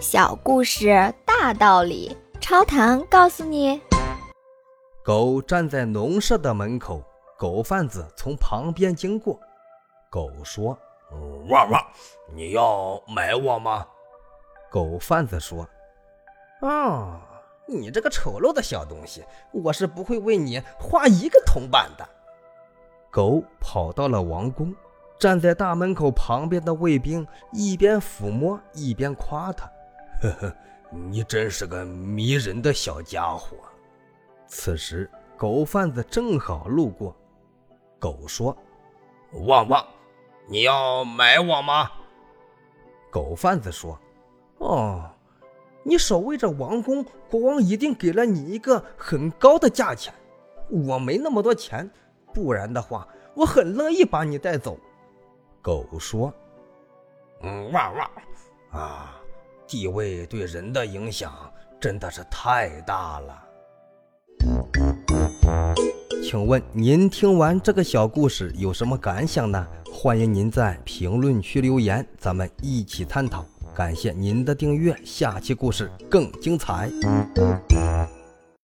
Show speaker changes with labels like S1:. S1: 小故事大道理，超糖告诉你。
S2: 狗站在农舍的门口，狗贩子从旁边经过。狗说
S3: 旺旺，你要买我吗？”
S2: 狗贩子说
S4: 哦，你这个丑陋的小东西，我是不会为你花一个铜板的。
S2: 狗跑到了王宫，站在大门口旁边的卫兵一边抚摸一边夸他。
S3: 呵呵，你真是个迷人的小家伙。
S2: 此时，狗贩子正好路过，狗说：“
S3: 旺旺，你要买我吗？”
S2: 狗贩子说：“
S4: 哦，你守卫着王宫，国王一定给了你一个很高的价钱。我没那么多钱，不然的话，我很乐意把你带走。”
S2: 狗说：“
S3: 嗯，旺旺，啊，地位对人的影响真的是太大了。”
S2: 请问您听完这个小故事有什么感想呢？欢迎您在评论区留言，咱们一起探讨。感谢您的订阅，下期故事更精彩。